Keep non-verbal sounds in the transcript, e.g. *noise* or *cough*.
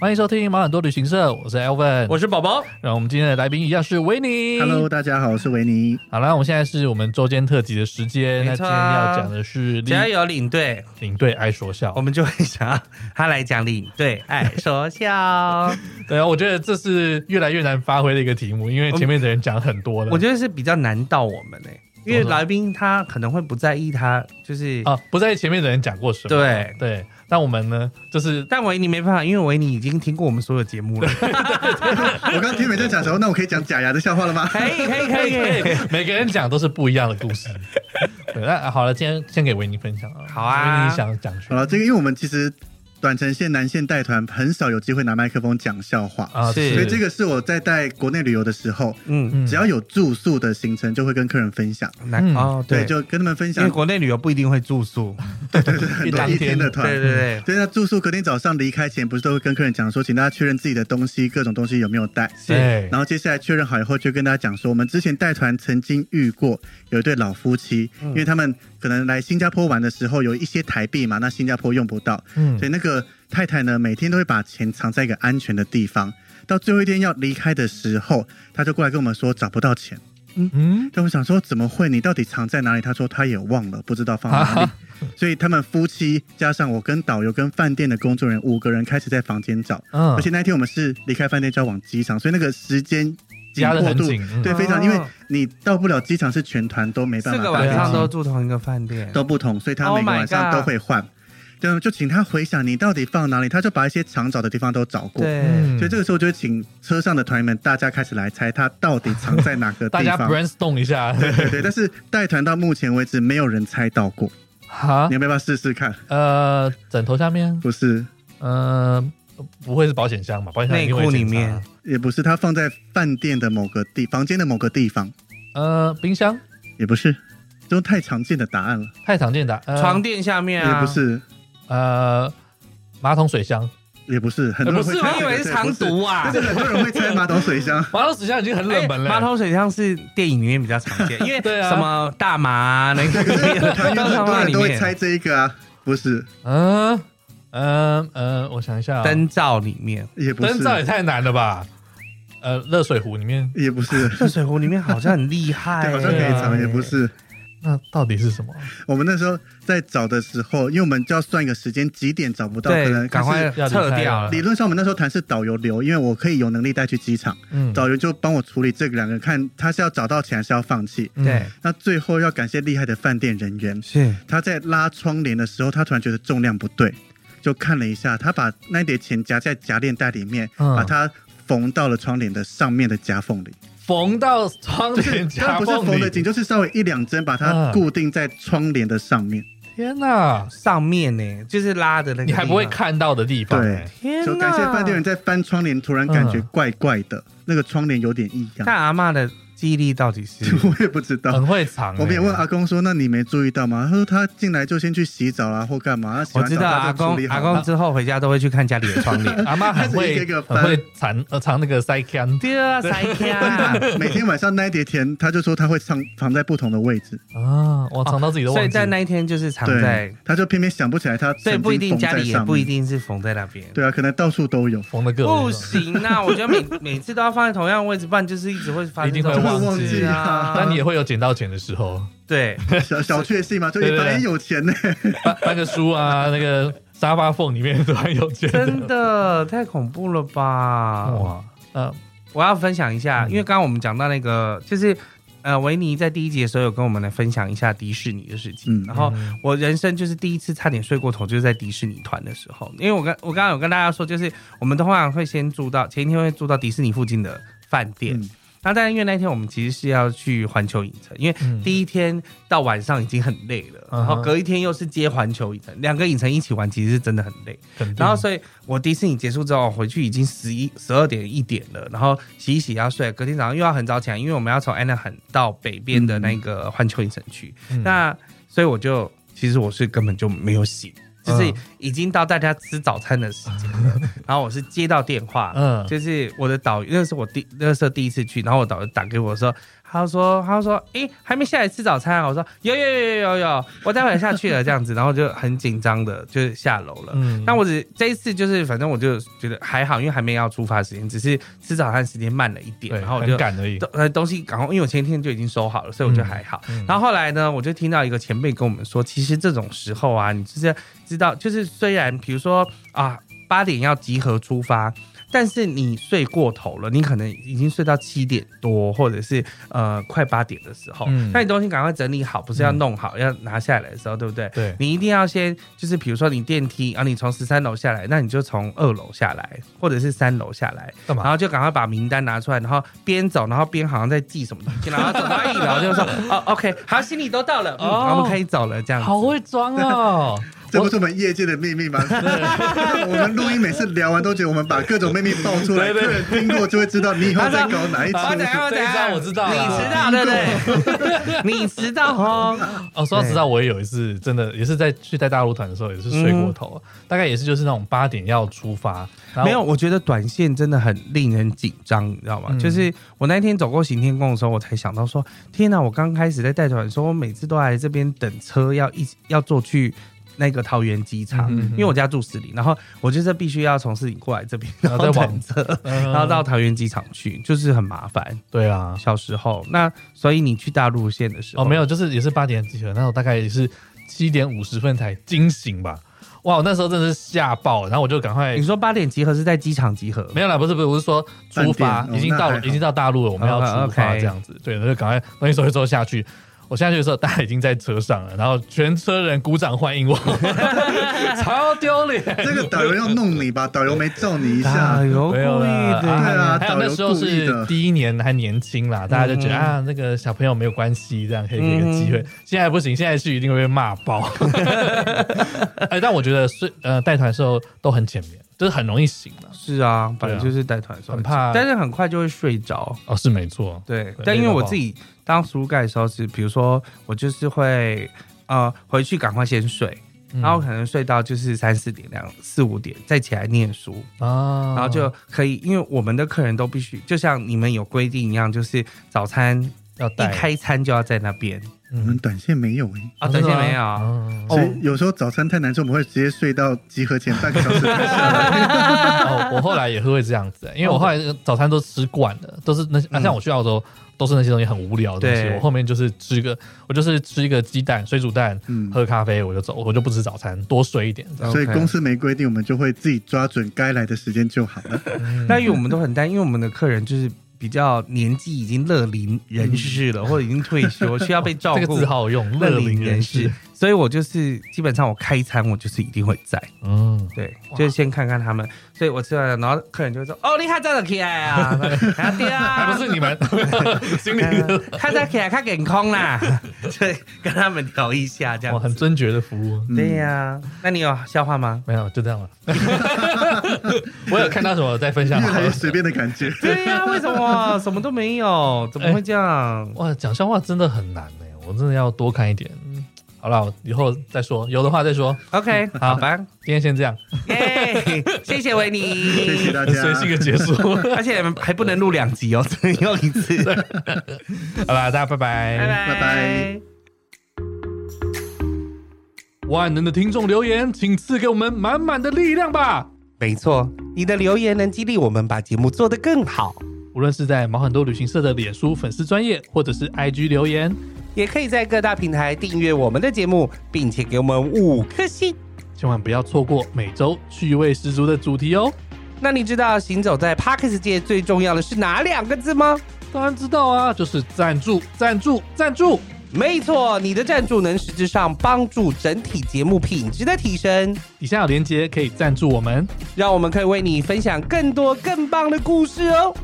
欢迎收听毛很多旅行社，我是 Elvin， *laughs* 我是宝宝，然后我们今天的来宾一样是维尼。 Hello，大家好，我是维尼。好啦，我们现在是我们周间特辑的时间，那今没错天要啊讲的是只要领有哦领队，领队爱说笑我。们就会想要他来讲领队爱说哎笑。对啊，我觉得这是越来越难发挥的一个题目，因为前面的人讲很多了。我觉得是比较难到我们呢、因为来宾他可能会不在意他就是，啊，不在意前面的人讲过什么。对对，但我们呢，就是但维尼没办法，因为维尼已经听过我们所有节目了。我刚听美在讲什么？那我可以讲假牙的笑话 *laughs* 了吗？可以可以可以，可以 *laughs* 每个人讲都是不一样的故事。对，那啊好了，今天先给维尼分享啊。好啊维尼想讲什好么了，这个因为我们其实短程线、南线带团很少有机会拿麦克风讲笑话，啊？是所以这个是我在带国内旅游的时候， *laughs* 嗯，只要有住宿的行程就会跟客人分享。难嗯哦，对，就跟他们分因为享国内旅游不一定会住宿，很多当一天天的对团。对对，对，那住宿隔天早上离开前，不是都会跟客人讲说，请大家确认自己的东西，各种东西有没有带。是对然后接下来确认好以后，就跟大家讲说，我们之前带团曾经遇过有一对老夫妻，因嗯为他们可能来新加坡玩的时候有一些台币嘛，那新加坡用不到，嗯所以那个太太呢每天都会把钱藏在一个安全的地方。到最后一天要离开的时候，她就过来跟我们说找不到钱。嗯，但我想说，怎么会？你到底藏在哪里？她说她也忘了，不知道放哪啊里。 *laughs* 所以他们夫妻加上我跟导游跟饭店的工作人员五个人开始在房间找。嗯而且那一天我们是离开饭店就要往机场，所以那个时间紧压得迫很度紧，嗯对非常，哦因为你到不了机场是全团都没办四法个到晚飞机，上都住同一个饭店，都不同，所以他 Oh 每个 my 晚上 God 都会换。对，就请他回想你到底放哪里，他就把一些常找的地方都找过。对，所以个这个时候就请车上的团员们大家开始来猜他到底藏在哪嗯个大地家方。 brainstorm 一下，对 *laughs* 对对，但是带团到目前为止没有人猜到过，哈啊你，要不要试试看？呃，枕头下面，不是，呃，不会是保险箱吧？保险箱一定会内裤检查里面，也不是，他放在饭店的某个地房间的某个地方，呃，冰箱也不是，这种太常见的答案了。太常见的，呃床，垫下面啊，也不，是，呃，马桶水箱，也不是，很多不人会是，我以猜这个为是藏，对毒啊不是，但。是很多人会猜马桶水箱。马桶水箱已经很冷门了，哎马桶水箱是电影里面比较常见，因为 *laughs* 对啊什么大麻啊那 *laughs* 个团员都很藏多在人里都会面，猜这一个啊，不是，嗯嗯嗯，我想一下啊，灯罩里面，也不灯是，罩也太难了吧？呃，热水壶里面也不是，热水壶里面好像很厉害、对，好像可以对藏，也不。是。那到底是什么？我们那时候在找的时候，因为我们就要算一个时间几点找不到，可对，能赶快可是要离撤开掉了了。理论上我们那时候谈是导游留，因为我可以有能力带去机场，嗯，导游就帮我处理这个两个，看他是要找到钱还是要放弃。嗯对，，那最后要感谢厉害的饭店人员，是他在拉窗帘的时候，他突然觉得重量不对，就看了一下，他把那叠钱夹在夹链袋里面，嗯把它缝到了窗帘的上面的夹缝里。缝到窗帘它夹不是缝缝的里紧，，就是稍微一两针把它嗯固定在窗帘的上面，天哪，上面呢、就是拉的那个。你还不会？看到的地方，对哎天就感谢饭店人在翻窗帘，突然感觉嗯怪怪的，那个窗帘有点异看样，阿嬷的记忆力到底是 *laughs* 我也不知道。很会藏。我们也哎问阿公说：“那你没注意到吗？”他说：“他进来就先去洗澡啦、或干嘛。他洗我完知澡道啊阿他就处公理阿好了。公之后回家都会去看家里的窗帘 *laughs* 。阿妈很开始一会个一个很翻会藏呃藏那个塞腔对啊，塞卡。每天晚上那一叠钱，他就说他会藏藏在不同的位置，啊，我藏到自己都 *laughs* 哦所忘以记。在那一天就是藏在对，，他就偏偏想不起来他所以曾不一经定缝家在里也上不一面。定是缝在那边。对啊，可能到处都 *laughs* 有，缝的各种不行 *laughs* 啊！我觉得每每次都要放在同样的位置，不然就是一直会发生这种一定会事忘记啊啊。但你也会有捡到钱的时候， *laughs* 对，小小确幸嘛，就对对一对般人有钱呢、翻翻个书啊， *laughs* 那个沙发缝里面突然有钱。真的太恐怖了吧！哇，呃，我要分享一下，嗯因为刚刚我们讲到那个，就是呃，维尼在第一集的时候有跟我们来分享一下迪士尼的事情，嗯然后嗯我人生就是第一次差点睡过头，就是在迪士尼团的时候，因为我跟我刚刚有跟大家说，就是我们通常会先住到前一天会住到迪士尼附近的饭店，嗯那但因为那天我们其实是要去环球影城，因为嗯第一天到晚上已经很累了，嗯哼然后隔一天又是接环球影城，两个影城一起玩其实是真的很累。肯定然后所以我迪士尼结束之后回去已经十一十二点一点了，然后洗一洗要睡，隔天早上又要很早起来，因为我们要从安娜罕到北边的那个环球影城区。嗯那所以我就其实我是根本就没有醒。嗯就是已经到大家吃早餐的时间 *laughs* 了。然后我是接到电话，嗯就是我的导游，那是我第那时候第一次去，然后我导游打给我说，他说他说诶，还没下来吃早餐啊？我说有有有有有有，我待会儿下去了这样子，然后就很紧张的就是下楼了。嗯那我只这一次就是，反正我就觉得还好，因为还没要出发时间，只是吃早餐时间慢了一点，对，然后我很就赶嗯而已东。呃东西赶快，因为我前一天就已经收好了，所以我觉得还好。然后后来呢，我就听到一个前辈跟我们说，其实这种时候啊，你就是知道，就是虽然比如说啊八点要集合出发。但是你睡过头了，你可能已经睡到七点多，或者是呃快八点的时候，嗯那你东西赶快整理好，不是要弄好、要拿下来的时候，对不对？对你一定要先就是比如说你电梯啊，你从十三楼下来，那你就从二楼下来，或者是三楼下来，干嘛然后就赶快把名单拿出来，然后边走，然后边好像在记什么东西，然后走到一楼就说哦，OK，好，行李都到了，嗯，哦好我们可以走了，这样子。好会装哦！这不是我们业界的秘密吗？ *laughs* 我们录音每次聊完都觉得我们把各种秘密爆出来，对客对人听过就会知道你以后在搞哪一我等出。下，我等这一下，招我知道了你迟到对不对？你迟到哦， *laughs* 哦，说到对迟到，我也有一次真的也是在去带大陆团的时候，也是睡过头，大概也是就是那种八点要出发，然后嗯没有，我觉得短线真的很令人紧张，你知道吗？嗯就是我那天走过行天宫的时候，我才想到说，天哪！我刚开始在带团的时候，我每次都来这边等车，要一起要坐去那个桃园机场，嗯嗯嗯因为我家住士林，然后我就是必须要从士林过来这边，然后再等 *laughs* 往车，嗯然后到 *laughs* 桃园机场去，就是很麻烦。对啊，小时候，那所以你去大陆线的时候，哦，没有，就是也是八点集合，那我大概也是七点五十分才惊醒吧。哇，我那时候真的是吓爆，然后我就赶快你说八点集合是在机场集合，哎没有啦，不是不是，我是说出发饭店哦已经到那了还好已经到大陆了，我们要哦出发 OK 这样子，对，然后就赶快东西收一收下去。我下去的时候，大家已经在车上了，然后全车人鼓掌欢迎我， *laughs* 超丢脸。这个导游要弄你吧？导游没揍你一下啊，，有故没意有啦哎的，对啊还有那时候导游故意是的第一年还年轻啦，大家就觉得嗯啊，那个小朋友没有关系，这样可以给个机会嗯。现在不行，现在去一定会被骂爆。 *laughs* 哎，但我觉得是呃，带团的时候都很浅眠，就是很容易醒了。是啊，反正就是带团的时候很怕但是很快就会睡着。哦，是没错，对对，但因为累到我爆自己当输盖的时候是，比如说我就是会呃回去赶快先睡，嗯然后可能睡到就是三四点、两四五点再起来念书，啊，然后就可以，因为我们的客人都必须就像你们有规定一样，就是早餐要一带嗯开餐就要在那边我们嗯短线没有哎。啊，等一下没有。哦，所以有时候早餐太难吃，我们会直接睡到集合前半 *laughs* 个小时才下来。哦我后来也会这样子、欸因为哦我后来早餐都吃惯了，都是那些、啊、像我去澳洲都是那些东西很无聊的东西。嗯对我后面就是吃个，我就是吃一个鸡蛋、水煮蛋，嗯喝咖啡我就走，我就不吃早餐，多睡一点。这样所以 OK 公司没规定，我们就会自己抓准该来的时间就好 *laughs* 了。那因为我们都很担心，因为我们的客人就是比较年纪已经乐龄人士了，或者已经退休，需要被照嗯 *laughs* 这个顾字。好用，乐乐龄龄人人士士。，所以我就是基本上我开餐我就是一定会在，嗯，对，就是先看看他们。所以我吃完了，然后客人就会说：“哦，你看这个起来啊， *laughs* 啊对 *laughs* 啊，哎还不是你 *laughs* 们心里嗯，看 *laughs* 这起来看健康啦。” *laughs* 对，跟他们聊一下这哇，样很子。尊爵的服务。对呀，那你有笑话吗？没有，就这样 *laughs* 了。我有看到什么在分享越好来越了。随便的感觉。对呀，为什么什么都没有？怎么会这样？哇，讲笑话真的很难呢、我真的要多看一点。嗯好了，我以后再说，有的话再说。 OK，好吧，今天先这样，耶，谢谢维尼，谢谢大很 *laughs* 家，随性的结束。而且还不能录两集哦， *laughs* 只能用一次。好啦，大家拜拜。拜拜拜。万能的听众留言，请赐给我们满满的力量吧！没错，你的留言能激励我们把节目做得更好，无论是在毛很多旅行社的脸书粉丝专业，或者是 IG 留言，也可以在各大平台订阅我们的节目，并且给我们五颗星。千万不要错过每周趣味十足的主题哦。那你知道行走在 Parkes 界最重要的是哪两个字吗？当然知道啊，就是赞助、赞助、赞助。没错，你的赞助能实质上帮助整体节目品质的提升，底下有链接可以赞助我们。让我们可以为你分享更多更棒的故事哦。